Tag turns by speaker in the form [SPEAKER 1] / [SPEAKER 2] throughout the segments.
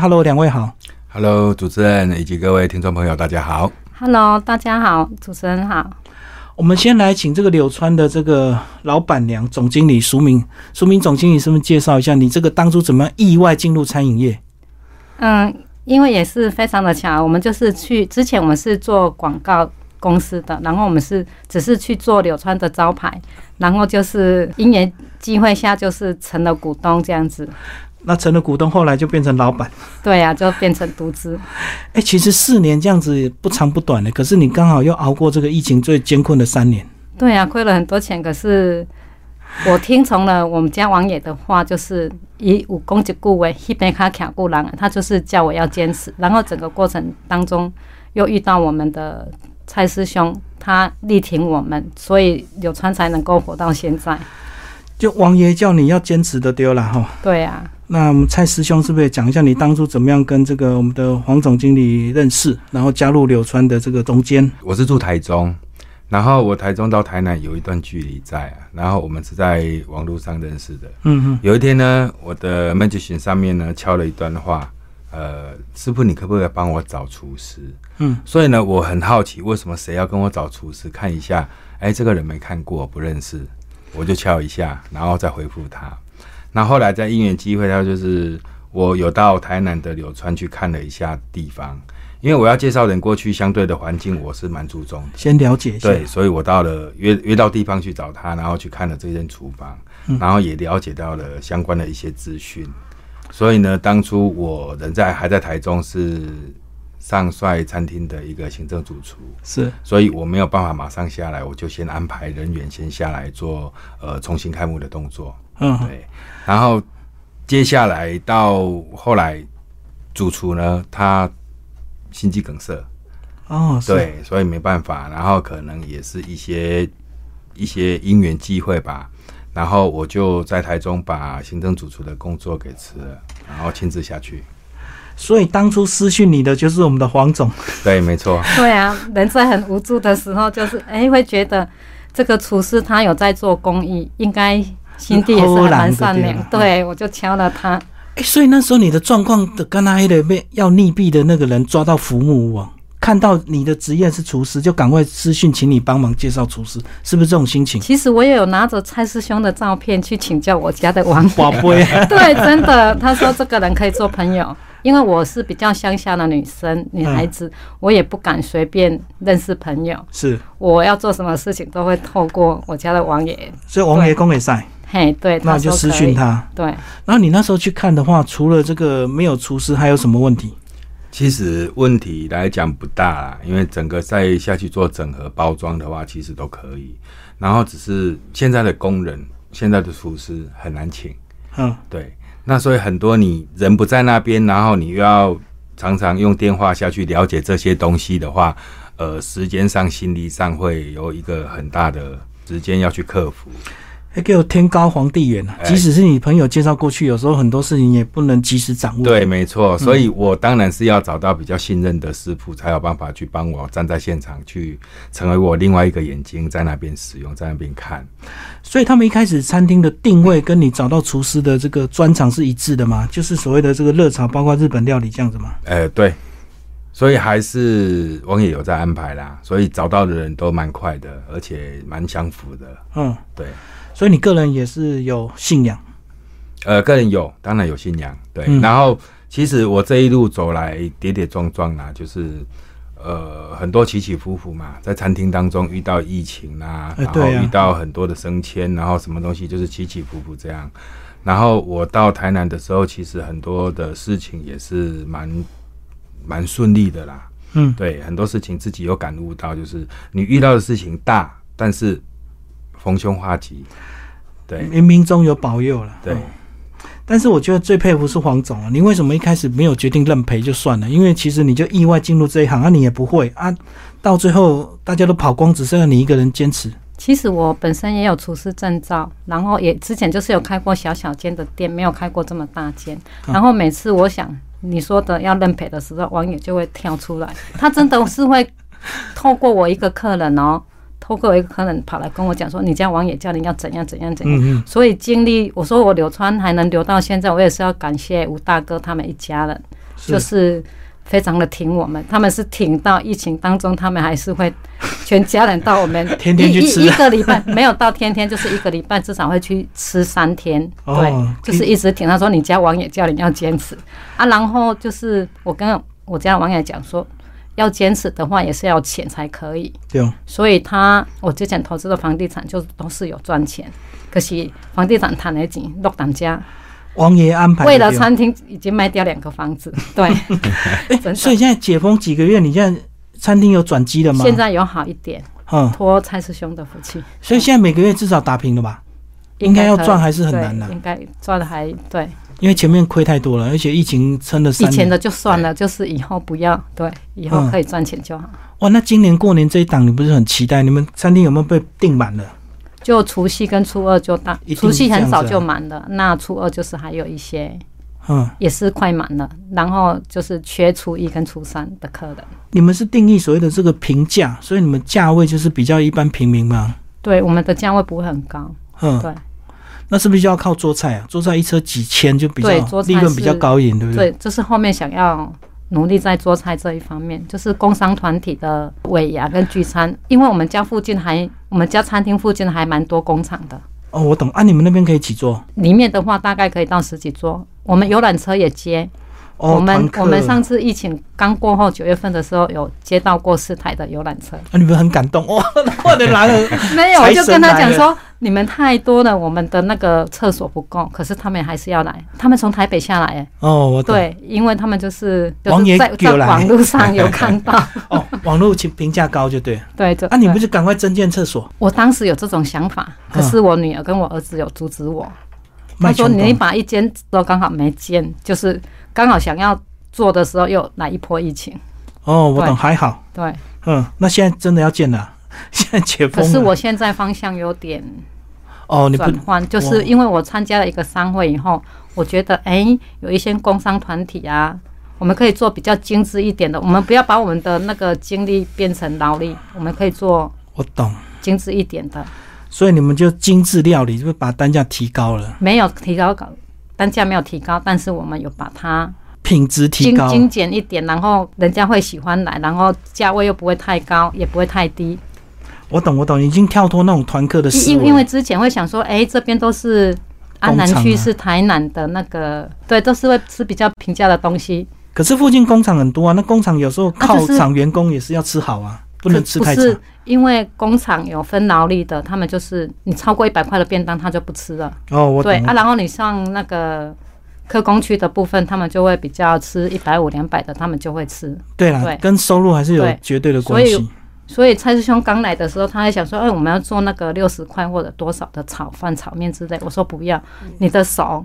[SPEAKER 1] Hello，两位好。
[SPEAKER 2] Hello，主持人以及各位听众朋友，大家好。
[SPEAKER 3] Hello，大家好，主持人好。
[SPEAKER 1] 我们先来请这个柳川的这个老板娘、总经理苏明，苏明总经理，是不是介绍一下你这个当初怎么样意外进入餐饮业？
[SPEAKER 3] 嗯，因为也是非常的巧，我们就是去之前我们是做广告公司的，然后我们是只是去做柳川的招牌，然后就是因缘机会下就是成了股东这样子。
[SPEAKER 1] 那成了股东，后来就变成老板。
[SPEAKER 3] 对呀、就变成独资。
[SPEAKER 1] 哎、其实四年这样子不长不短的，可是你刚好又熬过这个疫情最艰困的三年。
[SPEAKER 3] 对呀、亏了很多钱，可是我听从了我们家王爷的话，就是以武功之故为一边卡卡固狼，他就是叫我要坚持。然后整个过程当中，又遇到我们的蔡师兄，他力挺我们，所以柳川才能够活到现在。
[SPEAKER 1] 就王爷叫你要坚持的丢了哈。
[SPEAKER 3] 对啊呀、
[SPEAKER 1] 那我们蔡师兄是不是也讲一下你当初怎么样跟这个我们的黄总经理认识，然后加入柳川的这个中间？
[SPEAKER 2] 我是住台中，然后我台中到台南有一段距离在啊，然后我们是在网络上认识的。
[SPEAKER 1] 嗯
[SPEAKER 2] 有一天呢，我的 Magician 上面呢敲了一段话，呃，师傅你可不可以帮我找厨师？
[SPEAKER 1] 嗯
[SPEAKER 2] 所以呢，我很好奇为什么谁要跟我找厨师？看一下，哎，这个人没看过，不认识，我就敲一下，然后再回复他。那后来在因缘机会，他就是我有到台南的柳川去看了一下地方，因为我要介绍人过去，相对的环境我是蛮注重的。
[SPEAKER 1] 先了解一下。
[SPEAKER 2] 对，所以我到了约约到地方去找他，然后去看了这间厨房，
[SPEAKER 1] 嗯
[SPEAKER 2] 然后也了解到了相关的一些资讯。所以呢，当初我人在还在台中是上帅餐厅的一个行政主厨，
[SPEAKER 1] 是。
[SPEAKER 2] 所以我没有办法马上下来，我就先安排人员先下来做呃重新开幕的动作。
[SPEAKER 1] 嗯，
[SPEAKER 2] 对，然后接下来到后来，主厨呢他心肌梗塞，
[SPEAKER 1] 哦，是。
[SPEAKER 2] 对，所以没办法。然后可能也是一些一些因缘际会吧。然后我就在台中把行政主厨的工作给辞了，然后亲自下去。
[SPEAKER 1] 所以当初私讯你的就是我们的黄总。
[SPEAKER 2] 对，没错，
[SPEAKER 3] 对啊，人在很无助的时候，就是哎、会觉得这个厨师他有在做公益，应该心地也是还蛮善良。
[SPEAKER 1] 偷懒就对了
[SPEAKER 3] 对，我就敲了他。
[SPEAKER 1] 哎、所以那时候你的状况的跟那的被要溺毙的那个人抓到浮木屋啊，看到你的职业是厨师，就赶快私讯请你帮忙介绍厨师，是不是这种心情？
[SPEAKER 3] 其实我也有拿着蔡师兄的照片去请教我家的 王
[SPEAKER 1] 宝贝，
[SPEAKER 3] 对，真的，他说这个人可以做朋友，因为我是比较乡下的女生、女孩
[SPEAKER 1] 嗯
[SPEAKER 3] 子，我也不敢随便认识朋友，
[SPEAKER 1] 是，
[SPEAKER 3] 我要做什么事情都会透过我家的王爷。
[SPEAKER 1] 所以王爷公也在，
[SPEAKER 3] 嘿，对，
[SPEAKER 1] 那
[SPEAKER 3] 他
[SPEAKER 1] 就
[SPEAKER 3] 说
[SPEAKER 1] 私
[SPEAKER 3] 可
[SPEAKER 1] 讯
[SPEAKER 3] 以。
[SPEAKER 1] 他。
[SPEAKER 3] 对，
[SPEAKER 1] 然后你那时候去看的话，除了这个没有厨师，还有什么问题？
[SPEAKER 2] 其实问题来讲不大啦，因为整个再下去做整合包装的话，其实都可以。然后只是现在的工人，现在的厨师很难请。
[SPEAKER 1] 嗯，
[SPEAKER 2] 对，那所以很多你人不在那边，然后你又要常常用电话下去了解这些东西的话，呃，时间上、心力上会有一个很大的时间要去克服。
[SPEAKER 1] 还给我天高皇帝远啊！
[SPEAKER 2] 哎
[SPEAKER 1] 即使是你朋友介绍过去，有时候很多事情也不能及时掌握。
[SPEAKER 2] 对，没错，所以我当然是要找到比较信任的师傅，才有办法去帮我站在现场，去成为我另外一个眼睛，在那边使用，在那边看。
[SPEAKER 1] 所以他们一开始餐厅的定位跟你找到厨师的这个专长是一致的吗？就是所谓的这个热潮，包括日本料理这样子吗？
[SPEAKER 2] 呃，对，所以还是王也有在安排啦，所以找到的人都蛮快的，而且蛮相符的。
[SPEAKER 1] 嗯，
[SPEAKER 2] 对，
[SPEAKER 1] 所以你个人也是有信仰，
[SPEAKER 2] 呃，个人有，当然有信仰，对。
[SPEAKER 1] 嗯
[SPEAKER 2] 然后其实我这一路走来跌跌撞撞啦、就是呃很多起起伏伏嘛，在餐厅当中遇到疫情啊，
[SPEAKER 1] 哎
[SPEAKER 2] 然后
[SPEAKER 1] 对啊
[SPEAKER 2] 遇到很多的升迁，然后什么东西就是起起伏伏这样。然后我到台南的时候，其实很多的事情也是蛮蛮顺利的啦。
[SPEAKER 1] 嗯，
[SPEAKER 2] 对，很多事情自己有感悟到，就是你遇到的事情大，但是逢凶化吉。对
[SPEAKER 1] 冥冥中有保佑了。
[SPEAKER 2] 对
[SPEAKER 1] 嗯，但是我觉得最佩服是黄总啊，你为什么一开始没有决定认赔就算了？因为其实你就意外进入这一行啊，你也不会啊，到最后大家都跑光，只剩下你一个人坚持。
[SPEAKER 3] 其实我本身也有厨师证照，然后也之前就是有开过小小间的店，没有开过这么大间。然后每次我想你说的要认赔的时候，网友就会跳出来，他真的是会透过我一个客人哦，透过一个客人跑来跟我讲说，你家王野教你要怎样怎样怎样。
[SPEAKER 1] 嗯嗯，
[SPEAKER 3] 所以经历，我说我柳川还能留到现在，我也是要感谢吴大哥他们一家人，就是是非常的挺我们。他们是挺到疫情当中，他们还是会全家人到我们
[SPEAKER 1] 天天
[SPEAKER 3] 一
[SPEAKER 1] 去
[SPEAKER 3] 一
[SPEAKER 1] 吃啊
[SPEAKER 3] 一个礼拜， 没有到天天，就是一个礼拜至少会去吃三天。
[SPEAKER 1] 哦
[SPEAKER 3] 对，就是
[SPEAKER 1] 听
[SPEAKER 3] 一直挺。他说你家王也叫你要坚持啊，然后就是我跟我家王也讲说，要坚持的话也是要钱才可以。
[SPEAKER 1] 对哦，
[SPEAKER 3] 所以他我之前投资的房地产就都是有赚钱，可是房地产谈了钱落当家，
[SPEAKER 1] 王爷安排的
[SPEAKER 3] 为了
[SPEAKER 1] 对哦
[SPEAKER 3] 餐厅已经卖掉两个房 子，对，真
[SPEAKER 1] 所
[SPEAKER 3] 的。
[SPEAKER 1] 以现在解封几个月，你现在餐厅有转机了吗？
[SPEAKER 3] 现在有好一点，
[SPEAKER 1] 嗯，
[SPEAKER 3] 托蔡师兄的福气，
[SPEAKER 1] 所以现在每个月至少打平了吧？应该要
[SPEAKER 3] 可以
[SPEAKER 1] 赚还是很难的
[SPEAKER 3] 啊对应该赚的还对，
[SPEAKER 1] 因为前面亏太多了，而且疫情撑了
[SPEAKER 3] 以
[SPEAKER 1] 三
[SPEAKER 3] 前
[SPEAKER 1] 年。
[SPEAKER 3] 的就算了，就是以后不要，对，以后
[SPEAKER 1] 嗯
[SPEAKER 3] 可以赚钱就好。
[SPEAKER 1] 哇，那今年过年这一档你不是很期待？你们餐厅有没有被订满了？
[SPEAKER 3] 就除夕跟初二就大
[SPEAKER 1] 一定，
[SPEAKER 3] 除夕很早
[SPEAKER 1] 是这样
[SPEAKER 3] 就
[SPEAKER 1] 子啊
[SPEAKER 3] 满了，那初二就是还有一些
[SPEAKER 1] 嗯，
[SPEAKER 3] 也是快满了，然后就是缺初一跟初三的客人。
[SPEAKER 1] 你们是定义所谓的这个平价，所以你们价位就是比较一般平民嘛。
[SPEAKER 3] 对，我们的价位不会很高，
[SPEAKER 1] 嗯，
[SPEAKER 3] 对
[SPEAKER 1] 那是不是就要靠做菜啊？做菜一车几千就比较
[SPEAKER 3] 对做菜
[SPEAKER 1] 利润比较高一点，对不对？
[SPEAKER 3] 对，这是后面想要努力在做菜这一方面，就是工商团体的尾牙跟聚餐，因为我们家附近还，我们家餐厅附近还蛮多工厂的，
[SPEAKER 1] 哦，我懂啊，你们那边可以起做
[SPEAKER 3] 里面的话大概可以到十几桌，我们游览车也接，
[SPEAKER 1] 哦。
[SPEAKER 3] 我们
[SPEAKER 1] 团客
[SPEAKER 3] 我们上次疫情刚过后九月份的时候有接到过四台的游 览车，
[SPEAKER 1] 啊，你们很感动哇，我的来了，
[SPEAKER 3] 没有，我就跟他
[SPEAKER 1] 财神来
[SPEAKER 3] 讲
[SPEAKER 1] 了
[SPEAKER 3] 说，你们太多了，我们的那个厕所不够，可是他们还是要来，他们从台北下来、哎
[SPEAKER 1] 哦，我懂。
[SPEAKER 3] 对，因为他们就是就
[SPEAKER 1] 王爷
[SPEAKER 3] 是在
[SPEAKER 1] 叫
[SPEAKER 3] 在
[SPEAKER 1] 来
[SPEAKER 3] 网络上有看 到，
[SPEAKER 1] 哦，网络评评价高就对。
[SPEAKER 3] 对，就
[SPEAKER 1] 啊，你不
[SPEAKER 3] 对
[SPEAKER 1] 是赶快增建厕所
[SPEAKER 3] 我当时有这种想法，可是我女儿跟我儿子有阻止我，
[SPEAKER 1] 嗯卖
[SPEAKER 3] 他说
[SPEAKER 1] 全
[SPEAKER 3] 你
[SPEAKER 1] 工？
[SPEAKER 3] 把一间都刚好没建，就是刚好想要做的时候又来一波疫情，
[SPEAKER 1] 哦，我懂，
[SPEAKER 3] 对
[SPEAKER 1] 还好。
[SPEAKER 3] 对，
[SPEAKER 1] 嗯，那现在真的要建了 啊，现在解封
[SPEAKER 3] 可
[SPEAKER 1] 了。
[SPEAKER 3] 是我现在方向有点
[SPEAKER 1] 哦，你不
[SPEAKER 3] 转换，就是因为我参加了一个商会以后，我觉得哎、有一些工商团体啊，我们可以做比较精致一点的，我们不要把我们的那个精力变成劳力，我们可以做
[SPEAKER 1] 我懂，
[SPEAKER 3] 精致一点的，
[SPEAKER 1] 所以你们就精致料理，就把单价提高了，
[SPEAKER 3] 没有提高高单价没有提高，但是我们有把它
[SPEAKER 1] 品质提
[SPEAKER 3] 精
[SPEAKER 1] 高。
[SPEAKER 3] 精简一点，然后人家会喜欢来，然后价位又不会太高，也不会太低。
[SPEAKER 1] 我懂，我懂，已经跳脱那种团客的思
[SPEAKER 3] 因
[SPEAKER 1] 维。
[SPEAKER 3] 因为之前会想说，哎、这边都是安南
[SPEAKER 1] 工厂啊
[SPEAKER 3] 区是台南的那个，对，都是会吃比较平价的东西，
[SPEAKER 1] 可是附近工厂很多啊，那工厂有时候
[SPEAKER 3] 啊
[SPEAKER 1] 犒
[SPEAKER 3] 就是
[SPEAKER 1] 赏员工也是要吃好啊，不能吃
[SPEAKER 3] 可
[SPEAKER 1] 太
[SPEAKER 3] 不
[SPEAKER 1] 差。
[SPEAKER 3] 是因为工厂有分劳力的，他们就是你超过一百块的便当，他就不吃了。
[SPEAKER 1] 哦，我懂
[SPEAKER 3] 对
[SPEAKER 1] 了。
[SPEAKER 3] 啊，然后你上那个科工区的部分，他们就会比较吃一百五、两百的，他们就会吃。
[SPEAKER 1] 对啦，
[SPEAKER 3] 对
[SPEAKER 1] 跟收入还是有
[SPEAKER 3] 对
[SPEAKER 1] 绝对的关
[SPEAKER 3] 所
[SPEAKER 1] 系
[SPEAKER 3] 以。所以蔡师兄刚来的时候，他还想说，哎，我们要做那个六十块或者多少的炒饭、炒面之类。我说不要，你的手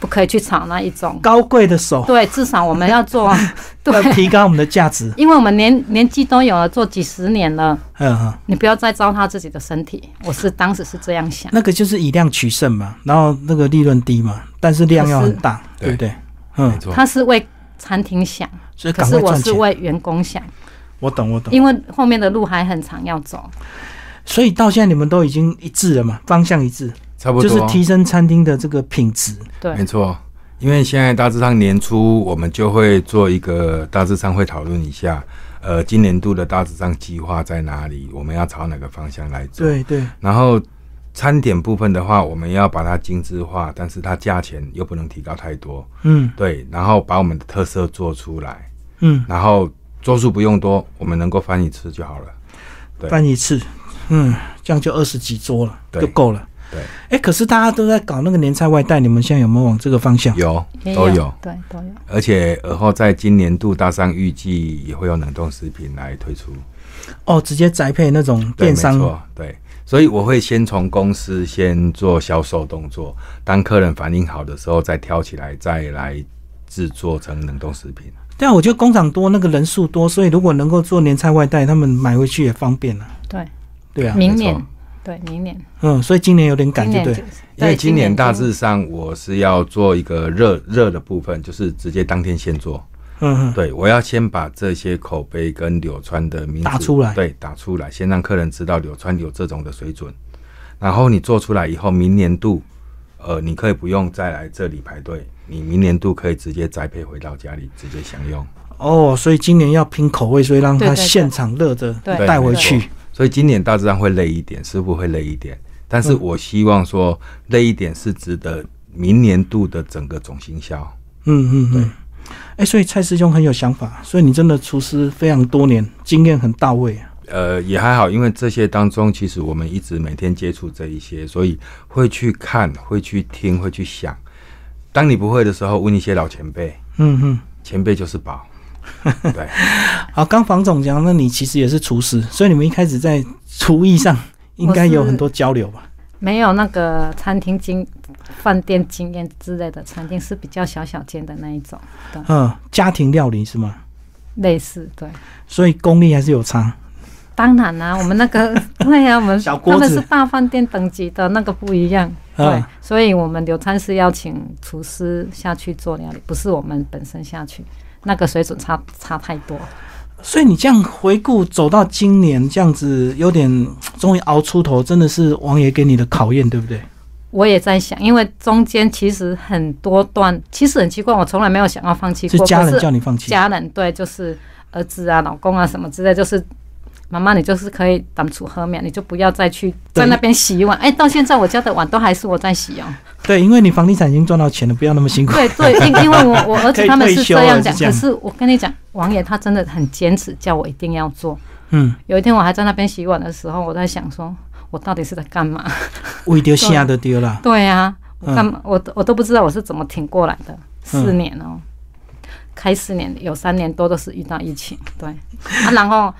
[SPEAKER 3] 不可以去炒那一种。
[SPEAKER 1] 高贵的手
[SPEAKER 3] 对，至少我们要做，啊
[SPEAKER 1] 要
[SPEAKER 3] 对，
[SPEAKER 1] 提高我们的价值。
[SPEAKER 3] 因为我们年年纪都有了，做几十年了，
[SPEAKER 1] 嗯哼，
[SPEAKER 3] 你不要再糟蹋自己的身体。我是当时是这样想。
[SPEAKER 1] 那个就是以量取胜嘛，然后那个利润低嘛，但是量要很大，
[SPEAKER 2] 可
[SPEAKER 1] 对
[SPEAKER 2] 是
[SPEAKER 1] 不对？
[SPEAKER 2] 没
[SPEAKER 1] 嗯，
[SPEAKER 2] 错，
[SPEAKER 3] 他是为餐厅想，
[SPEAKER 1] 所以
[SPEAKER 3] 可
[SPEAKER 1] 赶
[SPEAKER 3] 是
[SPEAKER 1] 快
[SPEAKER 3] 我
[SPEAKER 1] 赚
[SPEAKER 3] 是
[SPEAKER 1] 钱。
[SPEAKER 3] 为员工想，
[SPEAKER 1] 我懂，我懂。
[SPEAKER 3] 因为后面的路还很长要走。
[SPEAKER 1] 所以到现在你们都已经一致了嘛，方向一致，
[SPEAKER 2] 差不
[SPEAKER 1] 就
[SPEAKER 2] 多啊
[SPEAKER 1] 是提升餐厅的这个品质。
[SPEAKER 2] 没
[SPEAKER 3] 对，
[SPEAKER 2] 错，因为现在大致上年初我们就会做一个大致上会讨论一下，呃，今年度的大致上计划在哪里，我们要朝哪个方向来走。
[SPEAKER 1] 对对，
[SPEAKER 2] 然后餐点部分的话，我们要把它精致化，但是它价钱又不能提高太多。
[SPEAKER 1] 嗯
[SPEAKER 2] 对，然后把我们的特色做出来，
[SPEAKER 1] 嗯，
[SPEAKER 2] 然后桌数不用多，我们能够翻一次就好了。对
[SPEAKER 1] 办一次，嗯，这样就二十几桌了，
[SPEAKER 2] 对
[SPEAKER 1] 就够了。
[SPEAKER 2] 对，
[SPEAKER 1] 哎，可是大家都在搞那个年菜外带，你们现在有没有往这个方向？
[SPEAKER 2] 有
[SPEAKER 3] 也
[SPEAKER 2] 都有，
[SPEAKER 3] 对，都有。
[SPEAKER 2] 而且而后在今年度大上预计也会有冷冻食品来推出。
[SPEAKER 1] 哦，直接宅配那种
[SPEAKER 2] 对，
[SPEAKER 1] 电
[SPEAKER 2] 没
[SPEAKER 1] 商，
[SPEAKER 2] 错，对，所以我会先从公司先做销售动作，当客人反应好的时候再挑起来，再来制作成冷冻食品。
[SPEAKER 1] 对啊，我觉得工厂多，那个人数多，所以如果能够做年菜外带，他们买回去也方便了。
[SPEAKER 3] 对，
[SPEAKER 1] 对啊，
[SPEAKER 3] 明
[SPEAKER 2] 没错
[SPEAKER 3] 年，对，明年，
[SPEAKER 1] 嗯，所以今年有点赶，就
[SPEAKER 3] 今年
[SPEAKER 1] 对
[SPEAKER 3] 就
[SPEAKER 1] 了，
[SPEAKER 2] 因为今年大
[SPEAKER 3] 就
[SPEAKER 2] 致上我是要做一个热热的部分，就是直接当天现做。
[SPEAKER 1] 嗯嗯，
[SPEAKER 2] 对，我要先把这些口碑跟柳川的名字
[SPEAKER 1] 打出来
[SPEAKER 2] 对，打出来，先让客人知道柳川有这种的水准。然后你做出来以后，明年度，呃，你可以不用再来这里排队，你明年度可以直接栽培回到家里直接享用。
[SPEAKER 1] 哦，所以今年要拼口味，所以让
[SPEAKER 3] 对
[SPEAKER 1] 他
[SPEAKER 3] 对对
[SPEAKER 1] 现场热的
[SPEAKER 3] 对
[SPEAKER 1] 带回
[SPEAKER 2] 没
[SPEAKER 1] 去
[SPEAKER 2] 错。所以今年大致上会累一点，师傅会累一点，但是我希望说累一点是值得明年度的整个总行销。
[SPEAKER 1] 嗯嗯嗯。哎、所以蔡师兄很有想法，所以你真的厨师非常多年，经验很到位啊。
[SPEAKER 2] 呃，也还好，因为这些当中，其实我们一直每天接触这一些，所以会去看，会去听，会去想。当你不会的时候，问一些老前辈，
[SPEAKER 1] 嗯嗯。
[SPEAKER 2] 前辈就是 宝。对，
[SPEAKER 1] 好，刚房总讲，那你其实也是厨师，所以你们一开始在厨艺上应该有很多交流吧？
[SPEAKER 3] 没有那个餐厅经、饭店经验之类的，餐厅是比较小小间的那一种，
[SPEAKER 1] 嗯，家庭料理是吗？
[SPEAKER 3] 类似对。
[SPEAKER 1] 所以功力还是有差。
[SPEAKER 3] 当然啊啦、我们那个 对啊呀、我们
[SPEAKER 1] 小锅
[SPEAKER 3] 他们
[SPEAKER 1] 子
[SPEAKER 3] 是大饭店等级的那个不一样，对，
[SPEAKER 1] 嗯
[SPEAKER 3] 所以我们流餐是要请厨师下去做料理，不是我们本身下去，那个水准差差太多。
[SPEAKER 1] 所以你这样回顾走到今年这样子，有点终于熬出头，真的是王爷给你的考验，对不对？
[SPEAKER 3] 我也在想，因为中间其实很多段，其实很奇怪，我从来没有想要放弃
[SPEAKER 1] 是
[SPEAKER 3] 过，
[SPEAKER 1] 家
[SPEAKER 3] 可
[SPEAKER 1] 人
[SPEAKER 3] 是
[SPEAKER 1] 叫你放弃，
[SPEAKER 3] 家人对，就是儿子啊、老公啊什么之类，就是妈妈，你就是可以当初喝面，你就不要再去
[SPEAKER 1] 对
[SPEAKER 3] 在那边洗碗。哎，到现在我家的碗都还 是我在洗哦。
[SPEAKER 1] 对，因为你房地产已经赚到钱了，不要那么辛苦。
[SPEAKER 3] 对对，因因为我我儿
[SPEAKER 1] 可以
[SPEAKER 3] 子他们
[SPEAKER 1] 退
[SPEAKER 3] 是
[SPEAKER 1] 休
[SPEAKER 3] 这
[SPEAKER 1] 了
[SPEAKER 3] 样
[SPEAKER 1] 是
[SPEAKER 3] 讲，
[SPEAKER 1] 这样
[SPEAKER 3] 可是我跟你讲，王爷他真的很坚持，叫我一定要做。
[SPEAKER 1] 嗯，
[SPEAKER 3] 有一天我还在那边洗碗的时候，我在想说，我到底是在干嘛？
[SPEAKER 1] 为丢下的丢啦。
[SPEAKER 3] 对呀、我
[SPEAKER 1] 嗯
[SPEAKER 3] 干嘛？我我都不知道我是怎么挺过来的，四年哦、开四年有三年多都是遇到疫情，对，啊，然后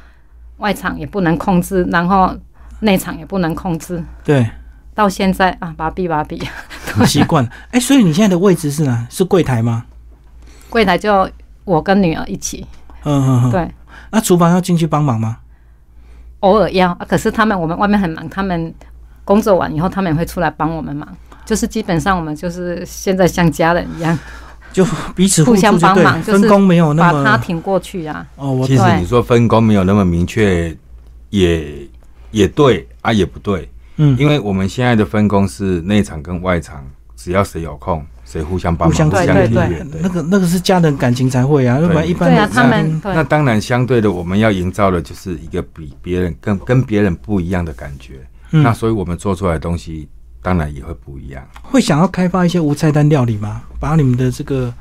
[SPEAKER 3] 外场也不能控制，然后内场也不能控制，
[SPEAKER 1] 对，
[SPEAKER 3] 到现在啊，麻痹麻痹，
[SPEAKER 1] 习惯了。哎、所以你现在的位置是哪？是柜台吗？
[SPEAKER 3] 柜台就我跟女儿一起，
[SPEAKER 1] 嗯嗯嗯。
[SPEAKER 3] 对，
[SPEAKER 1] 那厨房要进去帮忙吗？
[SPEAKER 3] 偶尔要，啊、可是他们我们外面很忙，他们工作完以后他们也会出来帮我们忙。就是基本上我们就是现在像家人一样，
[SPEAKER 1] 就彼此互
[SPEAKER 3] 互
[SPEAKER 1] 助
[SPEAKER 3] 相
[SPEAKER 1] 就
[SPEAKER 3] 帮
[SPEAKER 1] 对
[SPEAKER 3] 忙
[SPEAKER 1] 了，
[SPEAKER 3] 就是
[SPEAKER 1] 分工没有哦那
[SPEAKER 3] 把他
[SPEAKER 1] 么。
[SPEAKER 3] 挺过去啊。
[SPEAKER 1] 哦，我
[SPEAKER 2] 其实
[SPEAKER 3] 对
[SPEAKER 2] 你说分工没有那么明确，也也对啊，也不对，
[SPEAKER 1] 嗯，
[SPEAKER 2] 因为我们现在的分工是内场跟外场，只要谁有空，谁互相帮
[SPEAKER 1] 互
[SPEAKER 2] 忙，
[SPEAKER 1] 相
[SPEAKER 2] 互
[SPEAKER 1] 支
[SPEAKER 2] 相
[SPEAKER 3] 对
[SPEAKER 2] 体
[SPEAKER 1] 持
[SPEAKER 3] 对对
[SPEAKER 2] 谅。对
[SPEAKER 1] 那个那个是家人感情才会啊，要不然一般
[SPEAKER 3] 对啊，
[SPEAKER 1] 的
[SPEAKER 3] 他们对
[SPEAKER 2] 那当然，相对的，我们要营造的就是一个比别人更跟别人不一样的感觉。
[SPEAKER 1] 嗯
[SPEAKER 2] 那所以我们做出来的东西，当然也会不一样。
[SPEAKER 1] 会想要开发一些无菜单料理吗？把你们的这个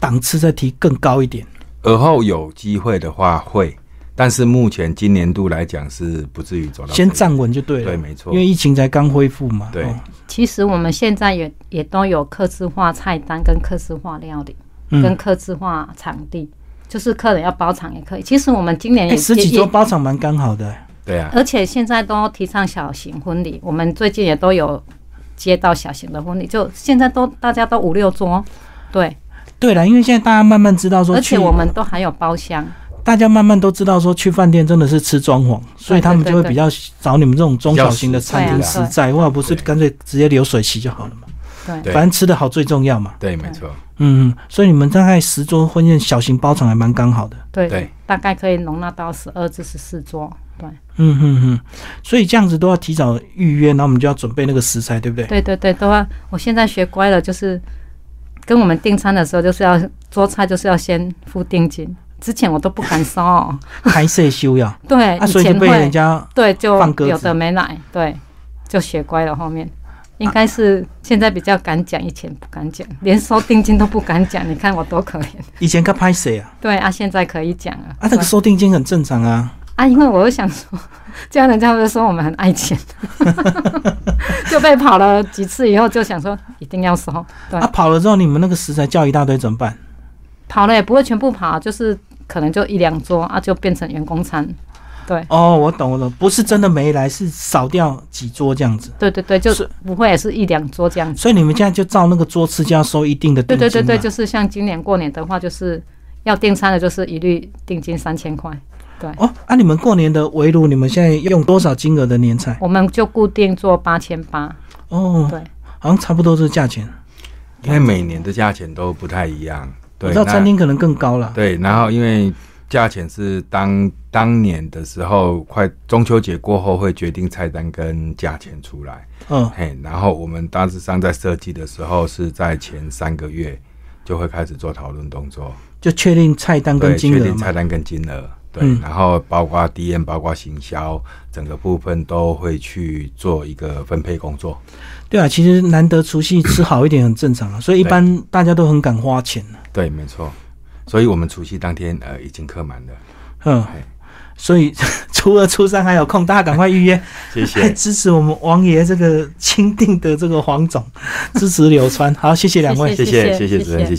[SPEAKER 1] 档次再提更高一点。
[SPEAKER 2] 而后有机会的话会，但是目前今年度来讲是不至于走到
[SPEAKER 1] 先
[SPEAKER 2] 这一步
[SPEAKER 1] 站稳就对了。
[SPEAKER 2] 对没错
[SPEAKER 1] 因为疫情才刚恢复嘛。
[SPEAKER 2] 对
[SPEAKER 1] 哦
[SPEAKER 3] 其实我们现在也也都有客制化菜单、跟客制化料理、跟
[SPEAKER 1] 嗯，
[SPEAKER 3] 客制化场地，就是客人要包场也可以。其实我们今年也、
[SPEAKER 1] 哎，十几
[SPEAKER 3] 也
[SPEAKER 1] 桌，包场蛮刚好的。
[SPEAKER 2] 对啊，
[SPEAKER 3] 而且现在都提倡小型婚礼，我们最近也都有接到小型的婚礼，就现在都大家都五六桌，对，
[SPEAKER 1] 对了，因为现在大家慢慢知道说
[SPEAKER 3] 而
[SPEAKER 1] 去，
[SPEAKER 3] 且我们都还有包厢，
[SPEAKER 1] 大家慢慢都知道说去饭店真的是吃装潢，所以他们就会比较找你们这种中小型的餐厅
[SPEAKER 3] 比较实
[SPEAKER 1] 实在，或者不是
[SPEAKER 2] 对
[SPEAKER 1] 干脆直接流水席就好了嘛。
[SPEAKER 3] 对。
[SPEAKER 2] 对
[SPEAKER 1] 反正吃的好最重要嘛。
[SPEAKER 2] 对，没错，
[SPEAKER 1] 嗯，嗯，所以你们大概十桌婚宴小型包场还蛮刚好的。
[SPEAKER 3] 对，
[SPEAKER 2] 对
[SPEAKER 3] 大概可以容纳到十二至十四桌。对，
[SPEAKER 1] 嗯嗯嗯，所以这样子都要提早预约，然后我们就要准备那个食材，对不对？
[SPEAKER 3] 对对对，都要。我现在学乖了，就是跟我们订餐的时候，就是要桌菜就是要先付定金，之前我都不敢 收、哦。
[SPEAKER 1] 拍摄修要，
[SPEAKER 3] 对，
[SPEAKER 1] 啊，
[SPEAKER 3] 哎以
[SPEAKER 1] 所以就
[SPEAKER 3] 前
[SPEAKER 1] 被人
[SPEAKER 3] 会，
[SPEAKER 1] 家
[SPEAKER 3] 对，就
[SPEAKER 1] 放鸽子
[SPEAKER 3] 有的没来，对，就学乖了。后面
[SPEAKER 1] 啊
[SPEAKER 3] 应该是现在比较敢讲，以前不敢讲，连收定金都不敢讲。你 看我多可怜。
[SPEAKER 1] 以前看拍谁啊？
[SPEAKER 3] 对啊，现在可以讲了。
[SPEAKER 1] 啊，那个
[SPEAKER 3] 对
[SPEAKER 1] 收定金很正常啊。
[SPEAKER 3] 啊，因为我又想说， 这样人家会说我们很爱钱， 就被跑了几次以后，就想说一定要收。对，
[SPEAKER 1] 啊，跑了之后你们那个食材叫一大堆怎么办？
[SPEAKER 3] 跑了也不会全部跑，就是可能就一两桌啊，就变成员工餐。对，
[SPEAKER 1] 哦，我懂我懂，不是真的没来，是少掉几桌这样子。
[SPEAKER 3] 对对对，就是不会也是一两桌这样子。
[SPEAKER 1] 所以你们现在就照那个桌次就要收一定的定
[SPEAKER 3] 对
[SPEAKER 1] 金
[SPEAKER 3] 对
[SPEAKER 1] 嘛。
[SPEAKER 3] 对对，就是像今年过年的话，就是要订餐的，就是一律定金三千块。
[SPEAKER 1] 哦，啊，你们过年的围炉，你们现在用多少金额的年菜？
[SPEAKER 3] 我们就固定做八千八，
[SPEAKER 1] 哦，
[SPEAKER 3] 对，
[SPEAKER 1] 好像差不多这个价钱。
[SPEAKER 2] 因为每年的价钱都不太一样，
[SPEAKER 1] 我
[SPEAKER 2] 对，
[SPEAKER 1] 知道
[SPEAKER 2] 那
[SPEAKER 1] 餐厅可能更高了。
[SPEAKER 2] 对，然后因为价钱是当当年的时候，快中秋节过后会决定菜单跟价钱出来。
[SPEAKER 1] 嗯，
[SPEAKER 2] 嘿，然后我们大致上在设计的时候是在前三个月就会开始做讨论动作，
[SPEAKER 1] 就确定菜单
[SPEAKER 2] 对，
[SPEAKER 1] 跟金
[SPEAKER 2] 确
[SPEAKER 1] 额
[SPEAKER 2] 定
[SPEAKER 1] 嘛
[SPEAKER 2] 菜。单跟金额，对，
[SPEAKER 1] 嗯
[SPEAKER 2] 然后包括 DM，包括行销，整个部分都会去做一个分配工作。
[SPEAKER 1] 对啊，其实难得除夕吃好一点很正常啊，所以一般大家都很敢花钱啊
[SPEAKER 2] 对，没错。所以我们除夕当天呃已经客满了，
[SPEAKER 1] 嗯
[SPEAKER 2] 嘿，
[SPEAKER 1] 所以 初二、初三还有空，大家赶快预约，
[SPEAKER 2] 谢
[SPEAKER 1] 来
[SPEAKER 2] 谢，
[SPEAKER 1] 支持我们王爷这个钦定的这个黄总，支持柳川。好，谢谢两位。
[SPEAKER 2] 谢
[SPEAKER 3] 谢
[SPEAKER 2] 谢
[SPEAKER 3] 谢
[SPEAKER 2] 谢主持人，
[SPEAKER 3] 谢谢
[SPEAKER 2] 谢谢。